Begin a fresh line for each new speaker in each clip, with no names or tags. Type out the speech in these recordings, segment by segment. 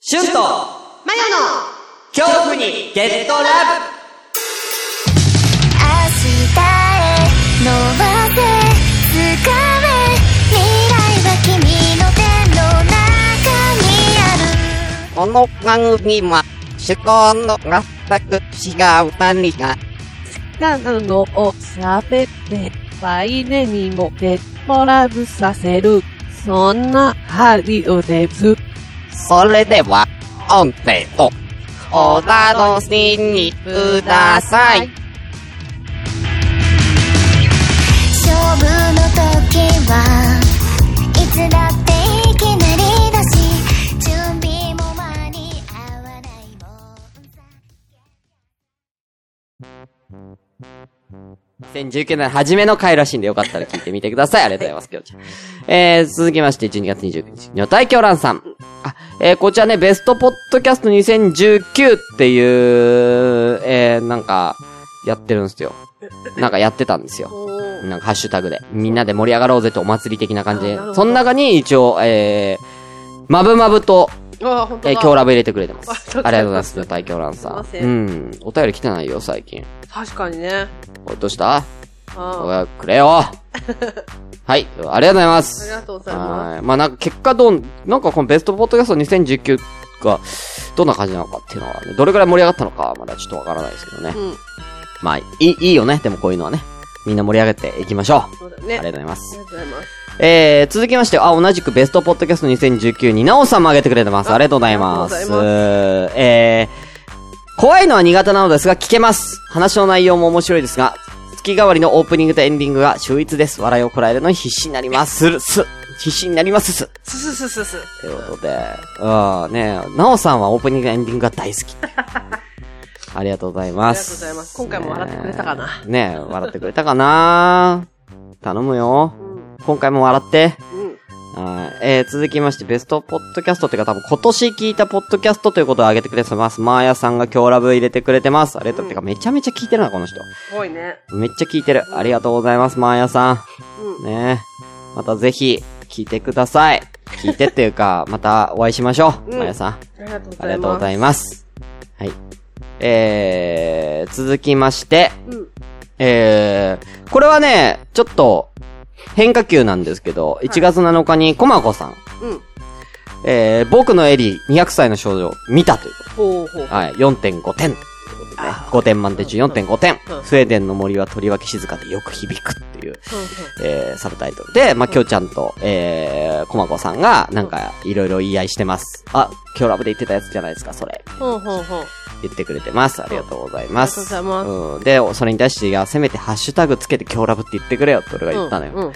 シュンと
マヨの
恐怖にゲッ
明日へ
トラブ
伸ばせ掴め未来は君の手の中にある
この番組は、趣向の全く違う何が、
なのを喋って、ワイネにもデッドラブさせる。そんなハリオです。
それでは、音程と、お楽しみください。
勝負の時はいつだっていきなりだし準備も間に合わないもんさ
2019年初めの回らしいんでよかったら聞いてみてください。ありがとうございます、きょうちゃん。えー、続きまして、12月29日、女体狂乱さん。あ、えー、こちらね、ベストポッドキャスト2019っていう、えー、なんか、やってるんですよ。なんかやってたんですよ。なんかハッシュタグで。みんなで盛り上がろうぜってお祭り的な感じで。その中に一応、えー、まぶまぶと、
ああ、ほんと
え
だ。
ー、京ラブ入れてくれてます。あ
あ
り
そ
が
う
とうご
か
ざいます、女体狂乱さ
す
ん。
いませ
うんん。お便り来てないよ、最近。
確かにね。
おいどうした
ああ。
おいくれ よはい、ありがとうございます。
ありがとうございます
はい。まあなんか結果どう、なんかこのベストポッドキャスト2019が、どんな感じなのかっていうのはね、どれくらい盛り上がったのかはまだちょっとわからないですけどね。
うん。
まあ、いい、いいよね。でもこういうのはね。みんな盛り上げていきましょう。
そうだ
あり
ね。
が
あ
とう
り
ございます。
がとうございます。
えー、続きまして、あ、同じくベストポッドキャスト2019になおさんも挙げてくれてます。
あ
ありがとうございます。
ありがとうござ
えー、怖いのは苦手なのですが聞けます。話の内容も面白いですが、月替わりのオープニングとエンディングが秀逸です。笑いをこらえるのに必死になります。する、す。必死になりますす。
すすすすす。
ということで、あーねなおさんはオープニングエンディングが大好 き。ありがとうございます。
ありがとうございます今回も笑ってくれたかな
ねえ、ねえ笑ってくれたかな頼むよ。今回も笑って。
うん。
はい。えー、続きまして、ベストポッドキャストっていうか多分今年聞いたポッドキャストということを挙げてくれてます。マーヤさんが今日ラブ入れてくれてます。ありがとう。
うん
てか、めちゃめちゃ聞いてるな、この人。
すごいね。
めっちゃ聞いてる。ありがとうございます、マーヤさ。
うん
ねえ。またぜひ、聞いてください。聞いてっていうか、またお会いしましょう。
うん
マーヤさん。
ん。ありがとう
あ
ござ
り
い
がとう
ま
ご
す。
ざいます。はい。えー、続きまして、
うん。
えー、これはね、ちょっと、変化球なんですけど、1月7日にコマコさん、
うん。
えー、僕のエリー200歳の少女を見たというこ
ほうほう。
と。はい、4.5点。ね、
あー
5点満点中4.5点。
うん
スウェーデンの森はとりわけ静かでよく響くっていう、
うんうん
えー、サブタイトルで、まあ、きょうちゃんと、えー、こまこさんが、なんか、いろいろ言い合いしてます。あ、今日ラブで言ってたやつじゃないですか、それ。
ほうほうほう。
言ってくれてます。ありがとうございます。
ありがとうござ
ま
い
す。うん。で、それに対して、いや、せめてハッシュタグつけて今日ラブって言ってくれよって俺が言ったのよ。
うんうん。
うん。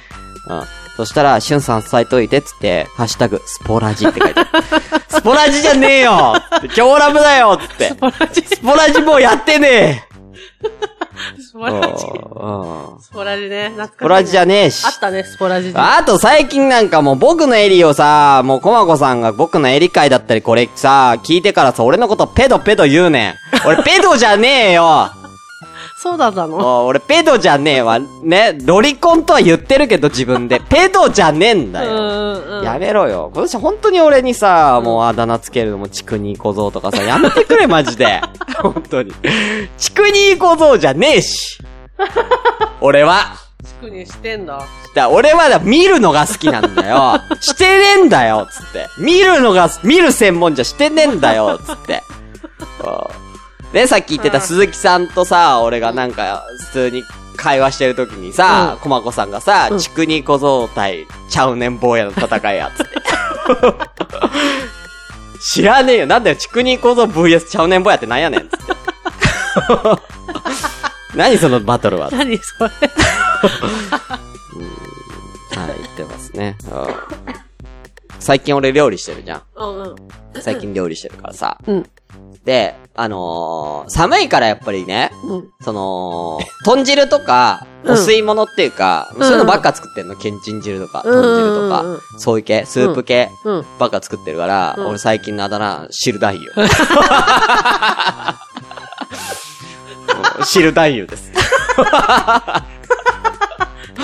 そしたら、しゅんさん伝えといてっつって、ハッシュタグ、スポラジって書いて ある。スポラジじゃねえよ今日ラブだよっつって。スポラジスポラジもうやってねえ
スポラジ。
うん
スポラジね。懐かし
ス
い。
ポラジじゃ
ね。
ねえし
あ。ったね、スポラジ。
あと最近なんかもう僕のエリをさ、もうコマコさんが僕のエリ会だったりこれさ、聞いてからさ、俺のことペドペド言うねん。俺ペドじゃねえよ
そうだ ったの
お俺ペドじゃねえわ。ね、ロリコンとは言ってるけど自 分で。ペドじゃねえんだ
う
よ。
んうん。
やめろよ。今年本当に俺にさ、もうあだ名つけるのも、チクニー小僧とかさ、やめてくれ、マジ で。本当に。チクニー小僧じゃねえし。俺は。
地区にしてんだ。
だ俺はだ、見るのが好きなんだ よ。してねえんだよ、つって。見るのが、見る専門じゃしてねえんだよ、つって。うんで、さっき言ってた鈴木さんとさ、俺がなんか、普通に会話してる時にさ、コマコさんがさ、
うん
チクニ小僧対ちゃうねん坊やの戦いや、つって。 知らねえよ。なんだよ、チクニ小僧 VS ちゃうねん坊やってなんやねん、 つって。何そのバトルは、
何それ。
はい、言ってますね。最近俺料理してるじゃん。
うんうん。
最近料理してるからさ。
うん
で、あのー、寒いからやっぱりね、
うん。
その、豚汁とか、お
うん
吸い物っていうか、
ん
そういうのばっか作ってんの。けんちん汁とか、
うん
豚汁と
うん
か、そういう系、スープ系、
うん。
ばっか作ってるから、
うん
俺最近のあだ名、汁男優。 汁男優です。
ト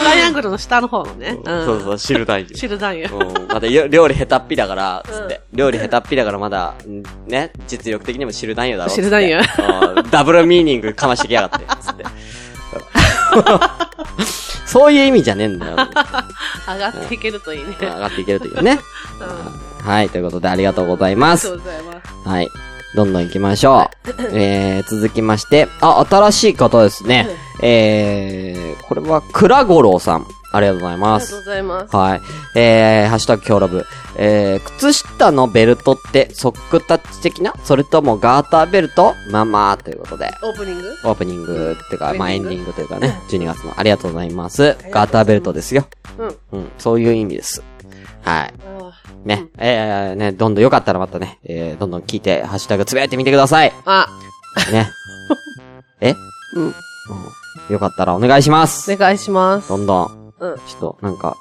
ライアングルの下の方のね。うん。
そうそう、知る大事。
知る男優。
うん、まだよ料理下手っぴだから、つって。料理下手っぴだからまだ、んね、実力的にも知る男優だろ。
知る男優
つってうんダブルミーニングかましてきやがって、つ って。そういう意味じゃねえん だよ。
上がっていけるといいね。
上がっていけるというね。
うん。
はい、ということでありがとうございま
ありがと
す。
うございます。
はい。どんどん行きましょう。えー、続きまして、あ、新しい方ですね。えー、これは、倉五郎さん。ありがとうござい
あ
ま
りがと
す
うご。ざいます。
はい。えー、ハッシュタグ今日ラブ。えー、靴下のベルトってソックタッチ的なそれともガーターベルトまあまあ、ということで。
オープニング
オープニングっていうか、まあエ
エ
ンデ
ンデ
ィ
ィ
ングというかね、12月のありがとうございます。ガーターベルトですよ。
うん。
うん、そういう意味です。はい。
あ
ね、えー、ね、どんどんよかったらまたね、えー、どんどん聞いて、ハッシュタグつぶやいてみてください。
ーあ、
ね。 え
うん
よかったらお願いします。
お願いします
ど。んどん。
うん
ちょっと、なんか、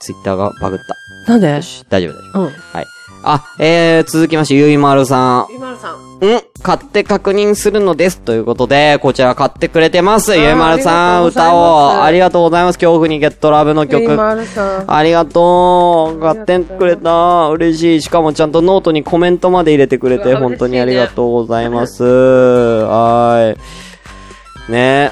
ツイッターがバグった。
なんで
大丈夫大丈夫。
うん。
はい。あ、えー、続きまして、ゆいまるさ
ゆまるさん。
ん。ん買って確認するのです。ということで、こちら買ってくれてます。
ー
ゆいまるさん、
ありがとうご
歌
ざいます
を。ありがとうございます。恐怖にゲットラブの曲。
るさん。
ありがとう。買ってくれた。嬉しい。しかもちゃんとノートにコメントまで入れてくれて、
うわ
本当にあ
嬉し
り
いね
がとうございます。はーい。ね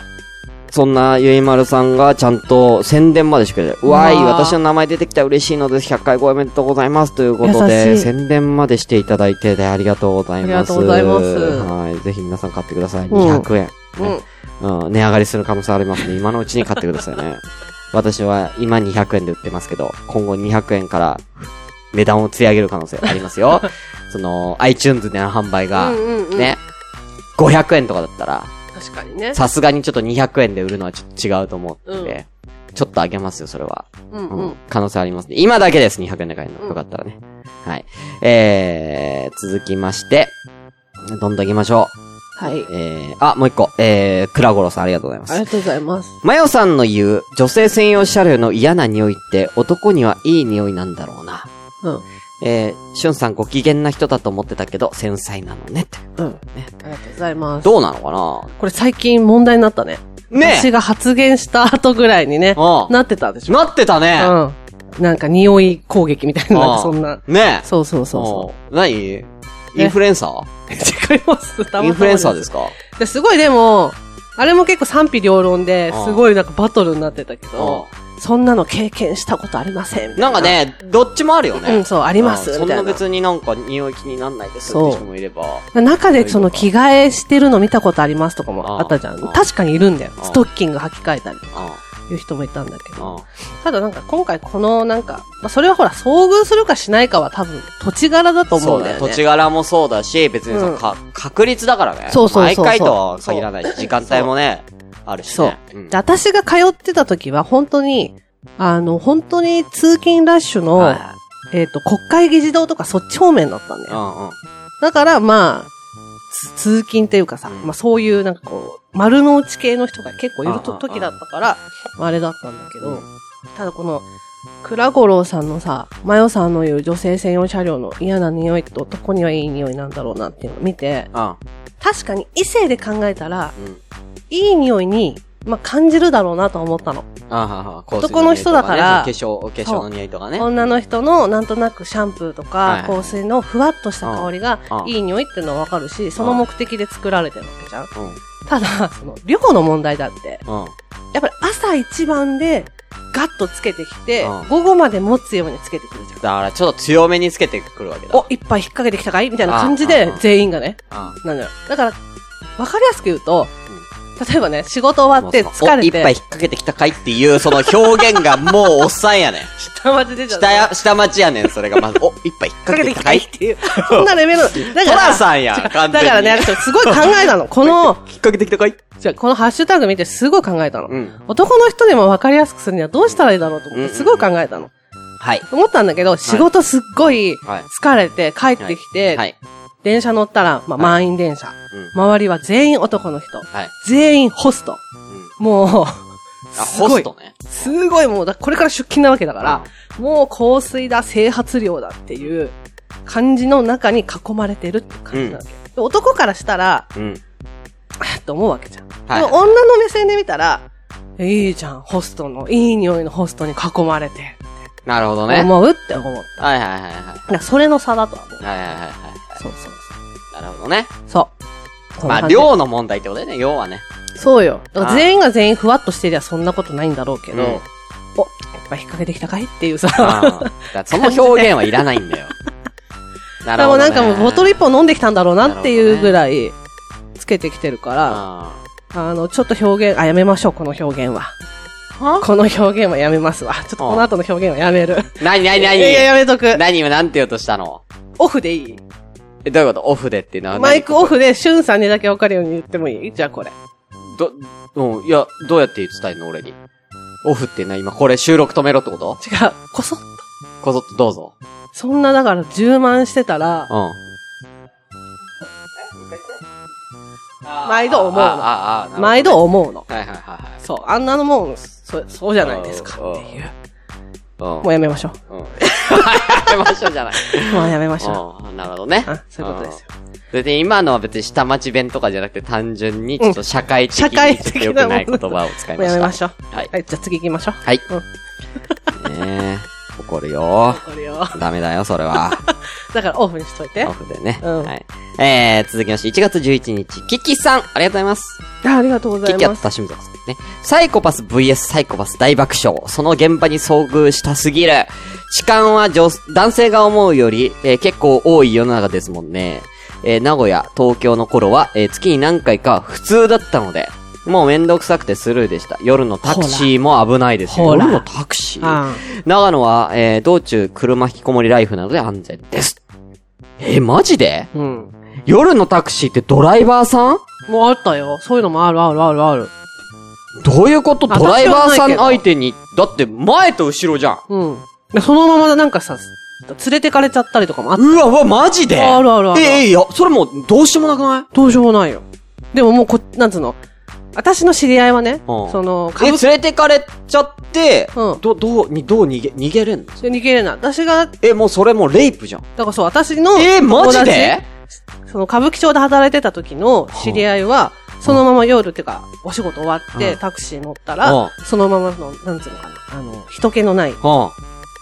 そんなゆいまるさんがちゃんと宣伝までしてくれて、うわーい、
うわー
私の名前出てきた嬉しいのです。100回超えおめでとうございます。ということで、
優しい
宣伝までしていただいてでありがとうございます。
ありがとうございます
はい。ぜひ皆さん買ってください。200円。
うん。
うん、値上がりする可能性ありますね。今のうちに買ってくださいね。私は今200円で売ってますけど、今後200円から値段を釣り上げる可能性あります よ。その、iTunes での販売が、
うんうんうん
ね、500円とかだったら、
確かにね。
さすがにちょっと200円で売るのはちょっと違うと思うの
うん
で、ちょっと上げますよ、それは。
うん
う
うんん。
可能性ありますね。今だけです、200円で買えるの。よかったらね。はい。えー、続きまして、どんどん行きましょう。はい。えー、あ、もう一個。えー、倉五郎さんありがとうございます
あ。りがとうございます。
マヨさんの言う女性専用車両の嫌な匂いって男にはいい匂いなんだろうな。
うん。
えー、しゅんさんご機嫌な人だと思ってたけど繊細なのねって。
うん。ありがとうございます。
どうなのか
これ最近問題になったね。
なね
私が発言した後ぐらいにね、
うん
なってたでしょ。
なってたね
うん。なんか匂い攻撃みたいな、なんかそんな。
ね
そうそうそうそ
うん何インフルエンサ
う。違います。たまた ま
ーインフルエンサーですか
ですごいでも、あれも結構賛否両論で、すごいなんかバトルになってたけど、そんなの経験したことありません。みた
ないんか、ね、どっちもあるよね。
うん、そう、あります。
うん
み
そ
たい
んな。
な
別になんか匂い気になんないですっ
そう
て人もいれば。
中でその着替えしてるの見たことありますとか
あ
も
あ
あったじゃん
あ。あ
確かにいるんだよ
あ。あ
ストッキング履き替えたりとか
う
いう人もいたんだけ
ん。う
ど
ん。。
ただなんか今回このなんか、まあ、それはほら遭遇するかしないかは多分土地柄だと思うんだよね。
そう土地柄もそうだし、別にその、
うん
か、確率だからね。
そうそうそうそう
毎回とは限らないし、時間帯もね、あるし
そう
ね。。ん
で、私が通ってた時は本当に、あの、本当に通勤ラッシュの、
はい
えっ、と、国会議事堂とかそっち方面だったんだ
う
よ。
んうん。
だから、まあ、つ通勤っていうかさ、
うん
まあそういうなんかこう、丸の内系の人が結構いる
ああ
と
あ
時だったから、まああれだったんだけど、
うん
ただこの、倉五郎さんのさ、マヨさんの言う女性専用車両の嫌な匂いと男にはいい匂いなんだろうなっていうのを見て、
うん。
確かに異性で考えたら、
うん
いい匂いに、まあ、感じるだろうなと思ったの。
あはは
男の人だから
香水の匂いとかね化粧、化粧の匂いとかね。
女の人のなんとなくシャンプーと
はい
か香水のふわっとした香りが
うん
いい匂いっていうのはわかるし、その目的で作られてるわけじゃん。
うん。うん。
ただ、 その、量の問題だって、やっぱり朝一番でガッとつけてきて
うん、
午後まで持つようにつけてくるじゃん。
だから、ちょっと強めにつけてくるわけだ。
お、一杯引っ掛けてきたかいみたいな感じ
ああ
で
ああ
全員がね、
うん
なんだよ。だから、わかりやすく言うと、例えばね、仕事終わって
もうその
疲れ
お一杯引
て
っ、掛けてきたかいっていう、その表現がもうおっさんや ねん。
下町出ちゃった
下や、下町やねん、それがまず。お、一杯引っ掛けてきたかいっていう。
そんなレベル。だ
ト
か
ラ
ら、
さんやん、
だ
完全に。
からね、私すごい考えたの。この、
引っ掛けてきたかい
じゃあこのハッシュタグ見てすごい考えたの。
うん。
男の人でも分かりやすくするにはどうしたらいいだろうと思
う
っ
ん
て、すごい考えたの。
はい。
思ったんだけど、仕事すっごい
はい
疲れて帰ってきて、
はい。
電車乗ったら、ま
は
あ、満員電車、
うん
周りは全員男の人。
はい。
全員ホスト。もう、
あ、
す
ホ
ご
ス
い。
トね。
すごいもう、だこれから出勤なわけだから、もう香水だ、整髪量だっていう感じの中に囲まれてるって感じなわけ。で男からしたら、
うん。
って思うわけじゃん。
はい
でも女の目線で見たら、いいじゃん、ホストの、いい匂いのホストに囲まれて、
なるほどね。
思うって思う。
はいはいはいはい。
だからそれの差だとは思う。
はいはいはいは
そうそう
い。なるほどね。
そう。そう。
まあ、量の問題ってことだよね、要はね。
そうよ。だから全員が全員ふわっとしてりゃそんなことないんだろうけど、
うん
お、やっぱ引っ掛けてきたかいっていうさ。
ああ。だからその表現はいらないん だよ。な
で
る
も
ほど、ね。
なんかもうボトル一本飲んできたんだろうなっていうぐらい、つけてきてるから、
あ
あの、ちょっと表現、あ、やめましょう、この表現は。この表現はやめますわ。ちょっとこの後の表現はやめる。
あ。なになにない
や、や
に
めとく。
何今なんて言おうとしたの
オフでいい
え、どういうことオフでっていうのは何
マイクオフで、シュンさんにだけわかるように言ってもいいじゃあこれ。
ど、うん、いや、どうやって伝えるの俺に。オフってな、今これ収録止めろってこと
違う、こそっ
こそっとどうぞ。
そんなだから充満してたら、
う
毎度
ん。
思うの。
ああ、ああ、
毎度思うの。
はいはいはいはい。
そう、あんなのもん、そ、そうじゃないですかっていう。
うん。
もうやめましょ
うん。はい、ましょうじゃない。
う。もうやめましょ
うん、なるほどね
う。あ。そういうことですよ。
うん。で、今のは別に下町弁とかじゃなくて単純に、ちょっと社会的
社会
にちょっ
的
と良く
な
ない
もの
言葉を使いま
もうや
し
めま
た。
しょう。
はい
はい、じゃあ次行きましょう。
はい。
うん
ねえ、怒るよ。
これよ。
ダメだよ、それ は。
だからオフにしといて
オ。フでね。
うん
はい。えー、続きまして、1月11日、キキさん、ありがとうございます。
あありがとうござ
キ
い
キやっ
ます。
た清水さんね。サイコパス VS サイコパス大爆笑。その現場に遭遇したすぎる。痴漢は女、男性が思うより、えー結構多い世の中ですもんね。えー名古屋、東京の頃は、えー月に何回か普通だったので、もうめんどくさくてスルーでした。夜のタクシーも危ないですよ。
ほら
夜のタクシー
あ
長野は、えー道中車引きこもりライフなので安全です。えーマジで
あうん。
夜のタクシーってドライバーさん
もうあったよ。そういうのもあるあるあるある。
どういうこと
あ
ドライバーさん
私はない
相手に、だって前と後ろじゃん。
うん。でそのままなんかさ、連れてかれちゃったりとかもあっ
うわ、うわ、マジで
あるあるある
ええいや、それもうどうしようもなくない
どうしようもないよ。でももうこ、なんつうの。私の知り合いはね、
うん
その、歌
え、
舞
連
伎
れてかれちゃって、
うん
ど、どう、に、どう逃げ、逃げれんの
で逃げれない。私が、だか
え、もうそれもうレイプじゃん。
らそう、私の、
えー、マジ
友達
で
その歌舞伎町で働いてた時の知り合いは、そのまま夜、ってか、お仕事終わって、
うん
タクシー乗ったら、
うん
そのままの、なんつうのかな、あの、人気のない、
うん。あ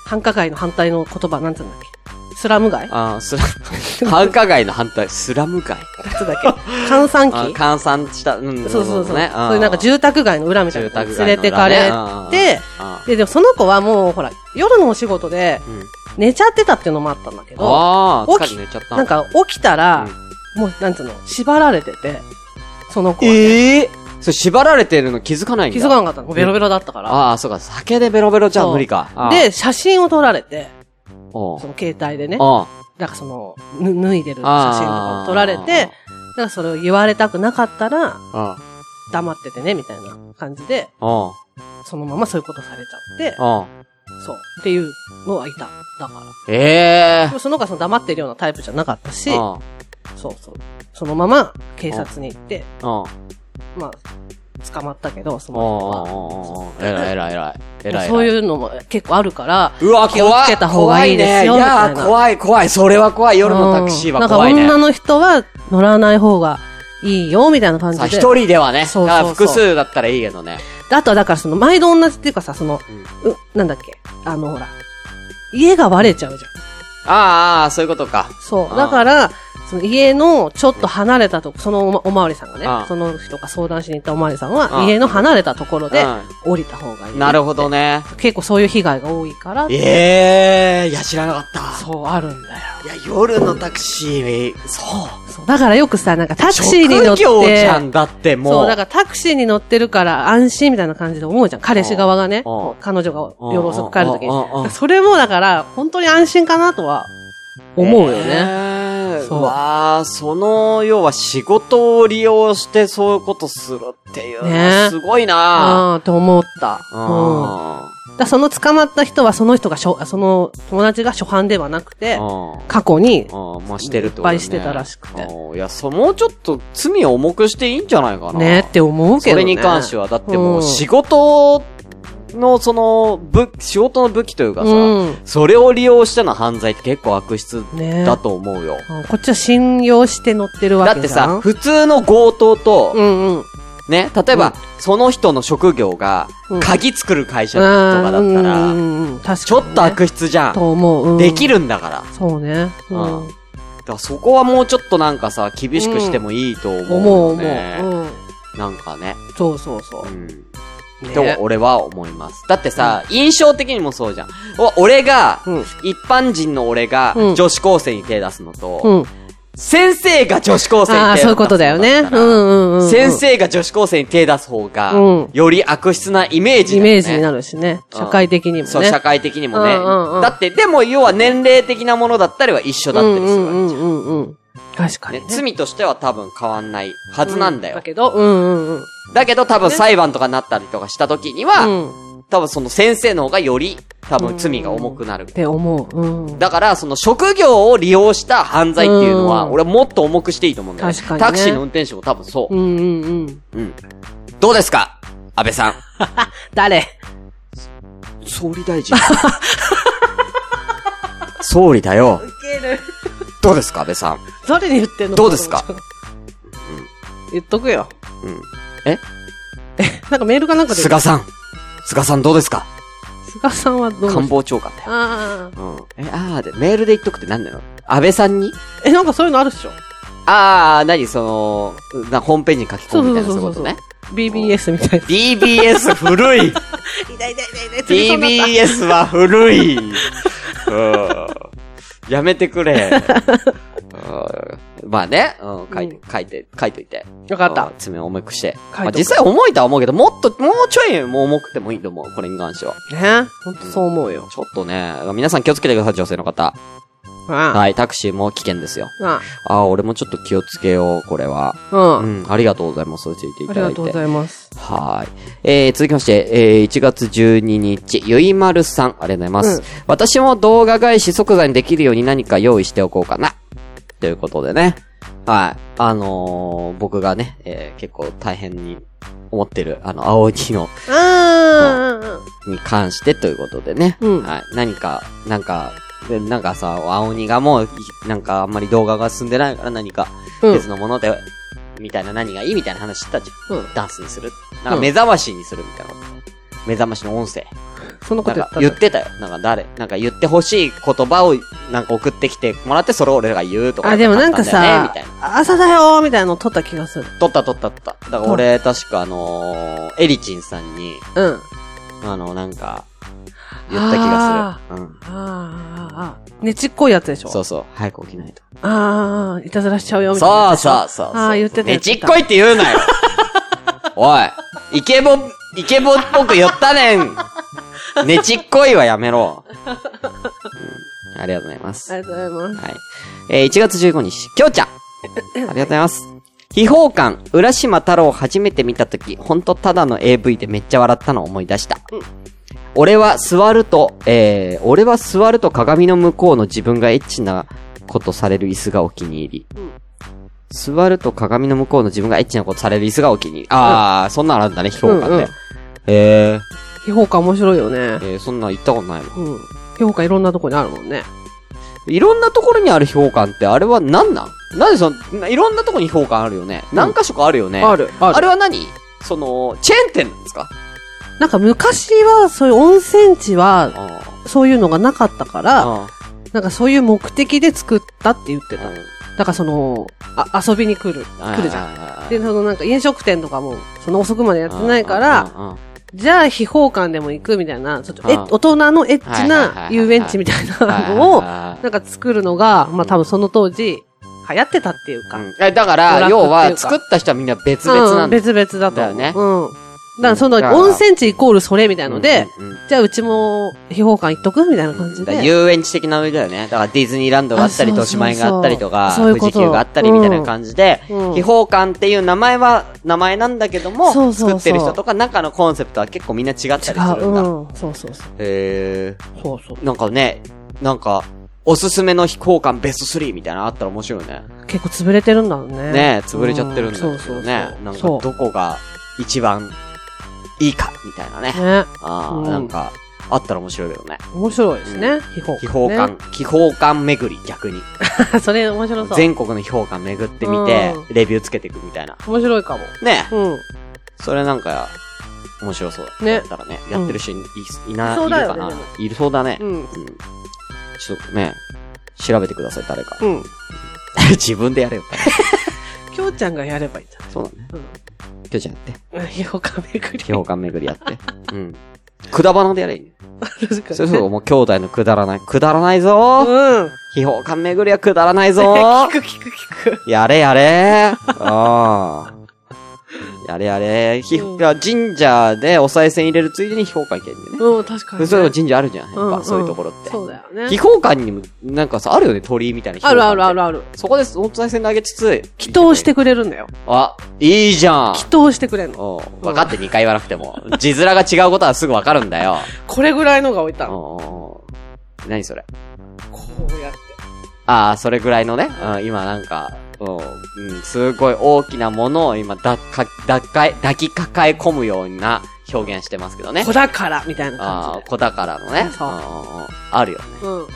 繁華街の反対の言葉、なんつうんだっけ。スラム街
ースラ、繁華街の反対、スラム街。
なんつうんだっけ。 閑散
あー、
期
換算した、うん、
そうそうそう。
ね。
そういうなんか住宅街の裏みたいなとこに連れてかれ
住宅街の裏
て
ね、あ
で、でもその子はもう、ほら、夜のお仕事で
うん、
寝ちゃってたっていうのもあったんだけど、
あー、
起き
疲れ寝ちゃった。
なん、か起きたら、もう、なんつうの、縛られてて、その子はね、
ええー、それ縛られてるの気づかないんだ。
気づかなかったの。もうベロベロだったから。
ああ、そうか、酒でベロベロじゃ
そう
無理か。あー、
で、写真を撮られて、
おう
その携帯でね、
あ
なんかその、ぬ脱いでる写真とか
あー
を撮られて、なんかそれを言われたくなかったら、
あ、
黙っててね、みたいな感じで、
あ
そのままそういうことされちゃって、
あ、
そう、っていうのはいた。だから。
ええ
でもその子はその黙ってるようなタイプじゃなかったし、
ー。あ
そうそう。そのまま警察に行って、
あ、
まあ、捕まったけど、その子
ああ、
は。
えらいえらいえらい。えらい。
そういうのも結構あるから、
うわ、
気を
怖い。
つけた方がいいですよ
怖いね。い
みた
や
いな
ー、怖い怖い。それは怖い。夜のタクシーは怖い
うん
ね
なんか。女の人は乗らない方がいいよ、みたいな感じ
さあ、
で。
一人ではね。
そうそうそう
あー複数だったらいいけどね。
であとはだからその、毎度同じっていうかさ、その、うなんだっけ、あの、ほら、家が割れちゃうじゃん。
あーあー、そういうことか。
そうう。
ん
だから、その家のちょっと離れたとこ、そのおまおまわりさんがね
うん、
その人が相談しに行ったおまわりさん
う
は、
ん
家の離れたところで
うん
降りた方がいい。
なるほど ね。
結構そういう被害が多いから、
ええー、いや、知らなかった。
そうあるんだよ。
いや、夜のタクシー、そう。
そうだからよくさ、なんかタクシーに
職
乗って、
業じゃんだって、もう。
そう、だからタクシーに乗ってるから安心みたいな感じで思うじゃん。彼氏側がね、
うん
こう彼女が
うん
夜遅く帰るとき
うんうんうん
に。それもだから、本当に安心かなとは思うよ
え
ね。
ー
そう
わあ、その、要は仕事を利用してそういうことするっていうのは
ね
すごいな
ああー、と思った。うん。
あ
だからその捕まった人は、その人がしょ、その友達が初犯ではなくて、過去に、
ああ、まあ、してるってこと、ね、
いっぱいしてたらしくて
あーいや、そ、もうちょっと罪を重くしていいんじゃないかな。
ねって思う
そ
けどね。
れに関しては、だってもううん仕事の、その、武仕事の武器というかさ、
うん
それを利用しての犯罪って結構悪質
ね
だと思うよ。
うんこっちは信用して乗ってるわ
だ
け
っ
じ
て
ゃん。
さ、普通の強盗と、
うんうん。
ね、例えば、その人の職業が、鍵作る会社とかだったら、
ら、確かにね
ちょっと悪質じゃん。
と思う。うん
できるんだから。
そうね。うん
うんだからそこはもうちょっとなんかさ、厳しくしてもいいと
思
思
う、
うよ
思
ね。
う。うん。
なんかね。
そうそうそうう。
ん。
ね
と俺は思います。だってさ、印象的にもそうじゃん。お俺が、
うん
一般人の俺が
うん
女子高生に手出すのと、
うん。
先生が女子高生に手出すの
ああ、そういうことだよね。うんうんうんうん。
先生が女子高生に手出す方が、
うん
より悪質なイメージだ
イ
よね。
メージになるしね。
うん
社会的にもね。
そう、社会的にもね。
うんうんうん
だって、でも要は年齢的なものだったりは一緒だったりするわけじゃん。
うんうんうんうん。確かに
ね
ね。、
罪としては多分変わんないはずなんだよ。
だけど、うんうんうん。
だけど多分裁判とかになったりとかした時には、
うん。
多分その先生の方がより多分罪が重くなる
っ。て思う。うん。
だから、その職業を利用した犯罪っていうのは、
うん
俺はもっと重くしていいと思うんだよ、
確かにね
タクシーの運転手も多分そうう。
んうんうん。
うん。どうですか安倍さん。
誰
総理大臣。 総理だよ。どうですか安倍さん。
誰に言ってんの
どうですか
言っとくよ。
うん。え
なんかメールかなんかで。
菅さん。菅さんどうですか
菅さんはどう
官房長官だよ。
ああ。
うん。え、あーで、メールで言っとくって何なの安倍さんに
え、なんかそういうのあるっしょ
あー、何その、な、ホームページに書き込むみたいなそういうことね。
BBS みたいな。
BBS 古 い !BBS は古いうんやめてく れ。うんまあね、うん、書いて、書いて、書いといて。
わかった
うん。爪を重くして。
書いとく
まあ実際重いとは思うけど、もっと、もうちょいもう重くてもいいと思う、これに関しては。
ねほんとそう思うよ。
ちょっとね、皆さん気をつけてください、女性の方。
あ
はい、タクシーも危険ですよ。
あ。あ
ああ、俺もちょっと気をつけよう、これは。
あ。う。
うんん、ありがとうございます、教えてい
あ
た
り
だ
が
い
とうご
て。
ざいます。
はーい。えー、続きまして、えー、1月12日、ゆいまるさん、ありがとうございます。
うん
私も動画返し即座にできるように何か用意しておこうかな。ということでね。はい。あのー、僕がね、えー、結構大変に思ってる、あの、青木の、
あ
に関してということでね。
うん
はい。何か、なんか、でなんかさ、青鬼がもう、いなんかあんまり動画が進んでないから何か、
うん
別のもので、みたいな何がいいみたいな話してたじゃん。
うん
ダンスにするなんか目覚ましにするみたいなこと。目覚ましの音声。
あ。そんなこ
な
と
ん
言
か言っ
った
てたよ。なんか誰、なんか言ってほしい言葉をなんか送ってきてもらって、それを俺らが言うとか。
あ、でもなんか
簡単だよね
さ
みたいな。、
朝だよーみたいなの撮った気がする。
撮った撮った撮った。だから俺、確かあのー、エリチンさんに、
うん。あ
あの、なんか、言った気がする。うん。
あ、ああ。ねちっこいやつでしょ
そうそう。早く起きないと。
ああ、いたずらしちゃうよみたいな
そ
や
う
つでしょ。
そうそう。
ああ、言ってた。
ねちっこいって言うな よ。おい。イケボ、イケボっぽく言ったね ん。ねちっこいはやめろ。うんありがとうございます。
あ
は
りがとうございます。
い。えー1月15日、きょうちゃん。ありがとうございます。秘宝館、浦島太郎を初めて見たとき、ほんとただの AV でめっちゃ笑ったのを思い出した。俺は座ると、えー、俺は座ると鏡の向こうの自分がエッチなことされる椅子がお気に入り。座ると鏡の向こうの自分がエッチなことされる椅子がお気に入り。あー、そんなのあるんだね、評価
うんうん
で。へー
秘宝館面白いよね。
えー、そんなん行ったことないもん。
うん。秘宝館いろんなとこにあるもんね。
いろんなところにある評価って、あれは何なんなんでその、ないろんなところに評価あるよね。何箇所かあるよね。
ある、ある。
あれは何その、チェーン店なんですか
なんか昔は、そういう温泉地は、
あ
そういうのがなかったから、
あ。
なんかそういう目的で作ったって言ってた。
う
だからその、あ、遊びに来る、
ん
来るじゃん。
ん
で、そのなんか飲食店とかも、その遅くまでや
や
ってないから、、じゃあ、秘宝館でも行くみたいな、ちょっと、え、
うん
大人のエッチ
はいはいはい
な
はい
遊園地みたいなの
を
を、なんか作るのが、まあ多分その当時、流行ってたっていうか。
え、だか、
娯楽っていうから
要は、作った人はみんな別々なん
うん
だよ。
別々だと思う。
だよね
うん。だからその、
うんだから
温泉地イコールそれみたい
な
ので、、じゃあうちも秘宝館行っとくみたいな感じ
だから
で。
遊園地的な上だよね。だからディズニーランドがあったり、
あそ
豊
うそうそう
島園があったりとか、
そういう
富
こと
士急があったりみたいな感じで、
うん
秘宝館っていう名前は名前なんだけども、
そうそうそう
作ってる人とか中のコンセプトは結構みんな違ったりす
違
るんだ。
う。うん。そうそうそう。
へ
そうそう
ー。なんかね、なんか、おすすめの飛行館ベスト3みたいなのあったら面白いね。
結構潰れてるんだろうね。
ね潰れちゃってるんだけど
う
ね。
そうそうそう
なんか
そ
どこが一番いいかみたいなね。
う。ね。
ああ、
うん
なんか、あったら面白いけどね。
面白いですね。秘宝
秘
館、ね。
宝館、秘宝館巡り逆に。
館。 それ面白そう。
全国の秘宝館巡ってみて、レビューつけていくみたいな。
面白いかも。
ね
うん。
それなんか、面白そうだ。
ね
やったらね、やってる人い,、いな、い
そう
る
だ
か
よね
な
でも。
いるそうだね。
うん。
ちょっとね、調べてください、誰か。
うん。
自分でやれ よ。
きょうちゃんがやればいいんじゃ
そうだね。
うん
きょうちゃんやって。
ないうん。よかめくり。
批評館巡りやって。うん。くだばなでやればいいね。
確かに
それこそもう兄弟のくだらない。くだらないぞー
うん。
批評館巡りはくだらないぞ
聞
ー
く聞く聞く。
やれやれーああ。やれやれー。ひ、
うん
いや神社でお賽銭入れるついでに批評館行けんでね。
うん、確かに、ね。
そういう神社あるじゃん。やっぱ、
うんうん
そういうところって。
そうだよね。
秘宝館にも、なんかさ、あるよね、鳥居みたいな。
あるあるある。ある。
そこで、お賽銭投げつつ。
祈祷して。くれるんだよ。
あ、いいじゃん。
祈祷してくれるの。
おう分かって2回言わなくても。字面が違うことはすぐ分かるんだよ。
これぐらいのが置いたの。
おうおうおう何それ。
こうやって。
ああ、それぐらいのね。うん、今なんか、うん、うんすごい大きなものを今、だっか、抱っかえ、抱き抱え込むような表現してますけどね
子。だから、みたいな
あ
感
あ、子宝のね。
そう
うんうんうんあるよね。
じで。うん。
うん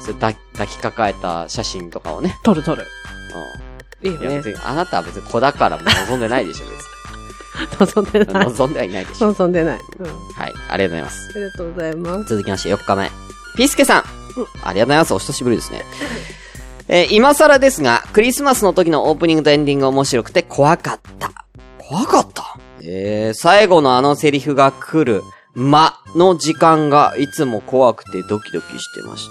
それ抱き抱き抱えた写真とかをね。
取る取る。
うん
い
い
い
や、
よね
別。に、あなたは別に子だからも望んでないでしょ、
望んで
別に。
ない。
望んではいないでしょ。
望んでない。うん。あ
はい、ありがとうございます。
りがとうございます。
続きまして、4日目。ピースケさん。ありがとうございます。お久しぶりですね。えー今更ですが、クリスマスの時のオープニングとエンディングが面白くて怖かった。怖かったえー、最後のあのセリフが来る、ま、の時間がいつも怖くてドキドキしてまし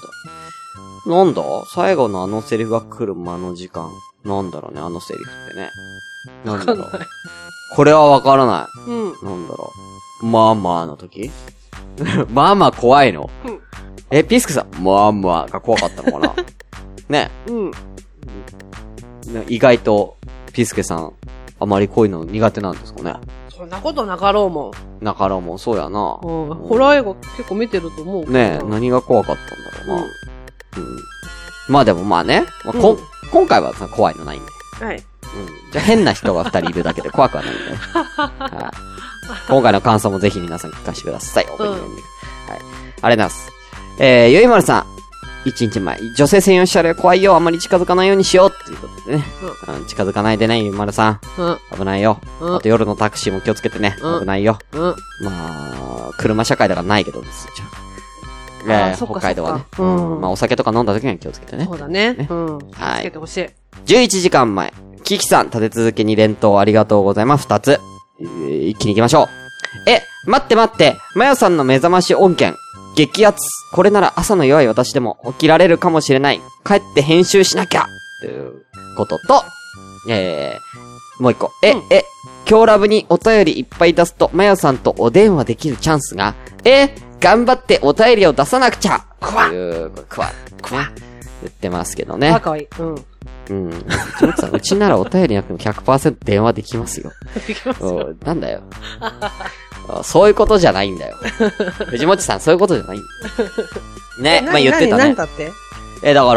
た。なんだ最後のあのセリフが来る間の時間。なんだろうね、あのセリフってね。なんだろう。これはわからない。
うん。
なんだろう。まあまあの時 まあまあ怖いの。
うん
え、ピスケさん、まあまあが怖かったの かなね
うん。
ね意外と、ピスケさん、あまりこういうの苦手なんですかね。
そんなことなかろうもん。
だからもうそうやな。
うん。ホラー映画結構見てると思うけどな。
ねえ、何が怖かったんだろうな。うん。
う
まあでもまあね、まあこ
うん
今回はさ怖いのないんで。
ん。はい。
うん。じゃあ変な人が二人いるだけで怖くはないんで ね。はい。今回の感想もぜひ皆さん聞かせてください。オープニングエンディングはい。ありがとうございます。えー、ゆいまるさん。一日前。女性専用車両怖いよ。あんまり近づかないようにしよう。っていうことでね。うん、近づかないでね、ゆいまるさん。
うん。
危ないよ。
うん
あと夜のタクシーも気をつけてね。
うん
危ないよ。
うん。
まあ、車社会だからないけどです。じゃあ
あー
えー
そっか
北海道はね。
そっかうん
まあ、お酒とか飲んだ時には気をつけてね
そ。うだね
ね。
うん。
はい
つけてほしい。
11時間前。キキさん、立て続けに連投ありがとうございます。二つ。えー一気に行きましょう。え、待って待って。まやさんの目覚まし音源。激アツ。これなら朝の弱い私でも起きられるかもしれない。帰って編集しなきゃということと、えー、もう一個。え、
うん
え、今日ラブにお便りいっぱい出すと、まやさんとお電話できるチャンスが、え、頑張ってお便りを出さなくちゃ
くわ
という、くわ、くわ、言ってますけどね。
あ、かわいい。うん。
うん。うちの奥さん、うちならお便りなくても100%電話できますよ。
できますよ。
うんなんだよ。あそういうことじゃないんだよ。藤本さん、そういうことじゃないんだよ。ね、まあ言ってた
何
ね。
だって
え、だか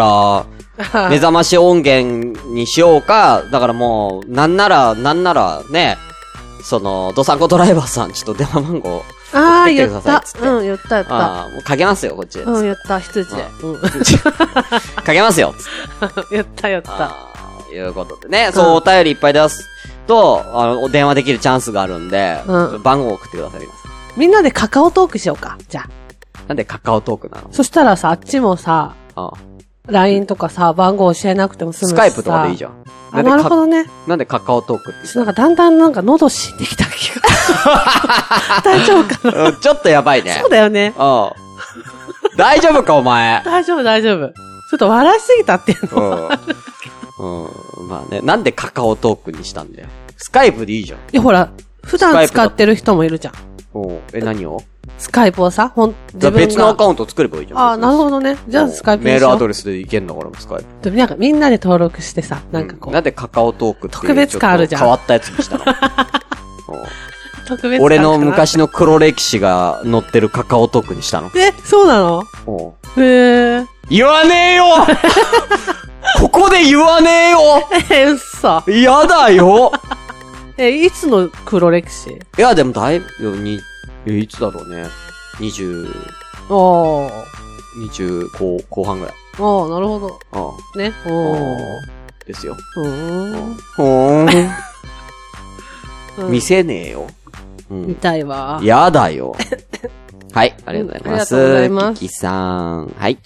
ら、 目覚まし音源にしようか、だからもう、なんなら、なんならね、その、ドサンコドライバーさん、ちょっと電話番号、
ああ、
送って
言
きてくだ
っ
さい
た
っつっ。て
うん、言った、言った。
あーもうかけますよ、こっちで。
うん、言った、羊で。うん。
かけますよ、つって
言った、言った。
あーいうことでね、そう、お便りいっぱい出すと、あの、お電話できるチャンスがあるんで、
うん
番号を送ってください、皆さ
みんなでカカオトークしようか。じゃあ。
ん。なんでカカオトークなの
そしたらさ、あっちもさ、
あ
LINE とかさ、番号教えなくても済
ス
むしさ。
カイプとかでいいじゃん。
あ、なるほどね。
なんでカカオトークって言っ
ちょっとなんかだんだんなんか喉死んできた気が。 大丈夫かな
たのうんちょっとやばいね。
そうだよね。
うん。大丈夫か、お前。
大丈夫、大丈夫。ちょっと笑いすぎたっていう
う
の。
ん。うん。まあね、なんでカカオトークにしたんだよ。スカイプでいいじゃん。
いや、ほら、普
スカイ
段
プだ
使ってる人もいるじゃん。
うん。え、何を
スカイプをさ、ほん、
じゃあ
自分が
別のアカウント作ればいいじゃん。
ああ、なるほ
ど。
どね。じゃあスカイプ
メールアド
レ
レスでいけんだから、スカイプ。
ス。でもなんかみんなで登録してさ、なんかこ
う
う、
なんでカカオトークっていう
特別感あるじゃん
ちょっと変わったやつにしたの うん
特別
俺
感かな
の。昔の黒歴史が載ってるカカオトークにしたの
え、そうなの
うん
へえ。
言わねえ よここで言わねえよ
え、嘘。
やだよ
え、いつの黒歴史
いや、でもだいぶ、に、えいつだろうね。二十、
おー。
二十後、後半ぐらい。
おー、なるほど。
うん。
ね。おー。
ですよ。
うーん。
ほーん。
うん
見せねえよ。うん
見。たいわ。
やだよ。 はい、ありがとうございます。
うんありがとうございます
キキさん。はい。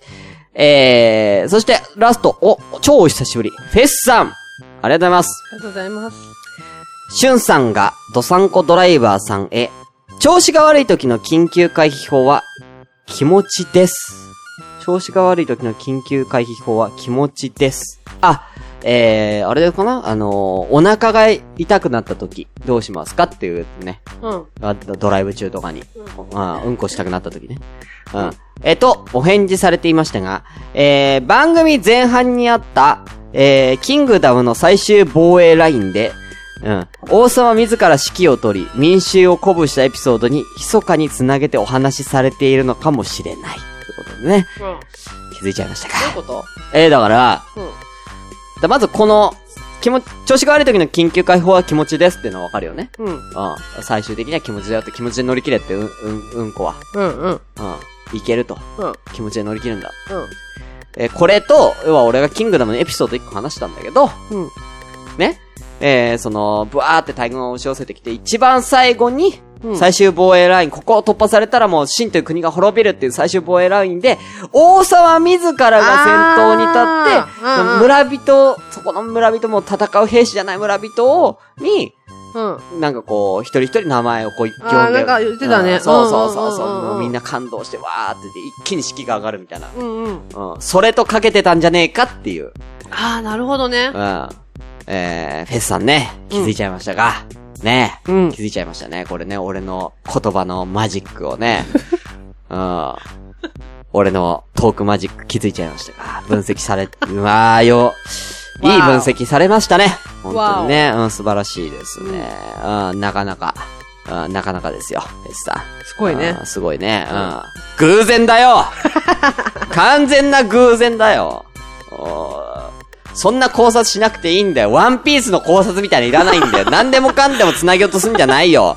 えー、そして、ラスト、お、超お久しぶり。フェスさん。ありがとうございます。
ありがとうございます。
シュンさんが、ドサンコドライバーさんへ。調子が悪い時の緊急回避法は、気持ちです。調子が悪い時の緊急回避法は気持ちです。あ、えー、あれかなあのーお腹が痛くなった時、どうしますかっていうね。
うん。
あドライブ中とかに。うん、うんこしたくなった時ね。うん。えっと、お返事されていましたが、えー、番組前半にあった、えー、キングダムの最終防衛ラインで、うん。王様自ら指揮を取り、民衆を鼓舞したエピソードに、密かにつなげてお話しされているのかもしれない。ということでね。
うん。どういう
気づいちゃいましたか。
こと
えー、だから、
うん。
だまずこの、気持ち、調子が悪い時の緊急解放は気持ちですっていうのはわかるよね。
うん。
うん。最終的には気持ちだよって気持ちで乗り切れって、うん、うん、うんこは。
うん。うん。
うん。いけると。
うん。
気持ちで乗り切るんだ。
うん。
えーこれと、要は俺がキングダムのエピソード1個話したんだけど、
うん。
ね。えー、その、ブワーって大軍を押し寄せてきて、一番最後に、
うん
最終防衛ライン、ここを突破されたらもう、秦という国が滅びるっていう最終防衛ラインで、王様自らが先頭に立って、
あーうんうん
村人、そこの村人も戦う兵士じゃない村人を、に、
うん。
なんかこう、一人一人名前をこう、呼んで。
あーなんか言ってたね
うんそうそうそうそう
うんうんうんうん
もうみんな感動して、わーって言って一気に士気が上がるみたいな。
うんうん。
うん。それとかけてたんじゃねえかっていう。
ああ、なるほどね
う。ん。えー、フェスさんね、気づいちゃいましたが、ね、
うん
気づいちゃいましたね。これね、俺の言葉のマジックをね、うん。俺のトークマジック気づいちゃいましたが、分析され、うわーよ。いい分析されましたね。本当にね、うん、素晴らしいですね。うん、なかなか、うん、なかなかですよ、フェスさん。
すごいね
あー。すごいね。うん。偶然だ よ完全な偶然だよ。おーそんな考察しなくていいんだよ。ワンピースの考察みたいのいらないんだ よ。何でもかんでも繋げようとすんじゃないよ。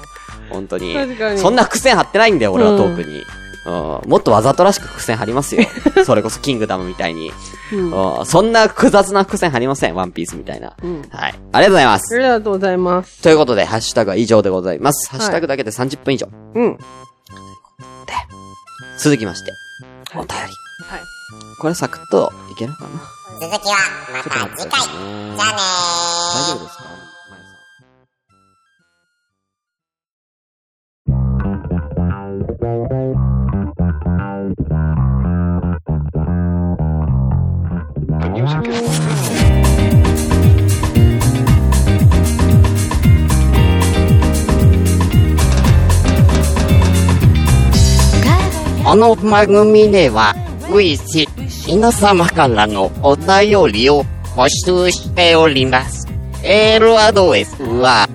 本当に。
確かに
そんな伏線張ってないんだよ、俺はトークに。うんもっとわざとらしく伏線張ります よ。それこそキングダムみたいに。うんそんな複雑な伏線張りません、ワンピースみたいな。
ん
はい。ありがとうございます
あ。りがとうございます。
ということで、ハッシュタグは以上でございます。ハ
い
ッシュタグだけで30分以上。
うん。
続きまして、お便り。
はい
これサクッといけるかな
続きはまた次回。じゃあねー。
大丈夫ですかマリさん
この番組では、随時、皆様からのお便りを募集しております。メールアドレスは、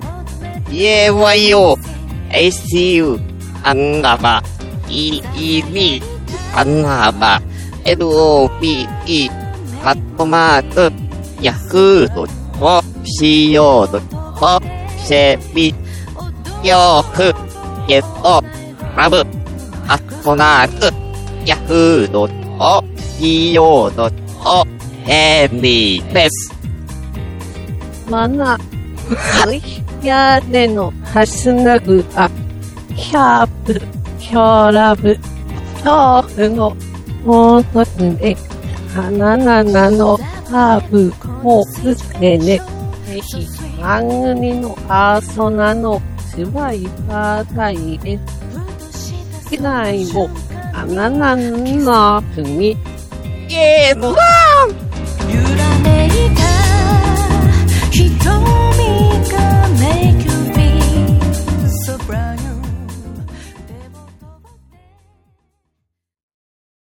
ayo.stu アンダバ eed アンダバ lope カットマーク yahoo.co.jp よく、ゲット、ラブ、アットナーク、ヤフードと、CO ドと、ヘビーです。
マナ、屋根のハッシュタグは、キャープ、キョーラブ、キョーフの、もう一つね、カナナナのハーブ、もうすでね、ぜひ、番組のパーソナの、シワイパータイへ、機内も、カナナナの国、
ゲームワン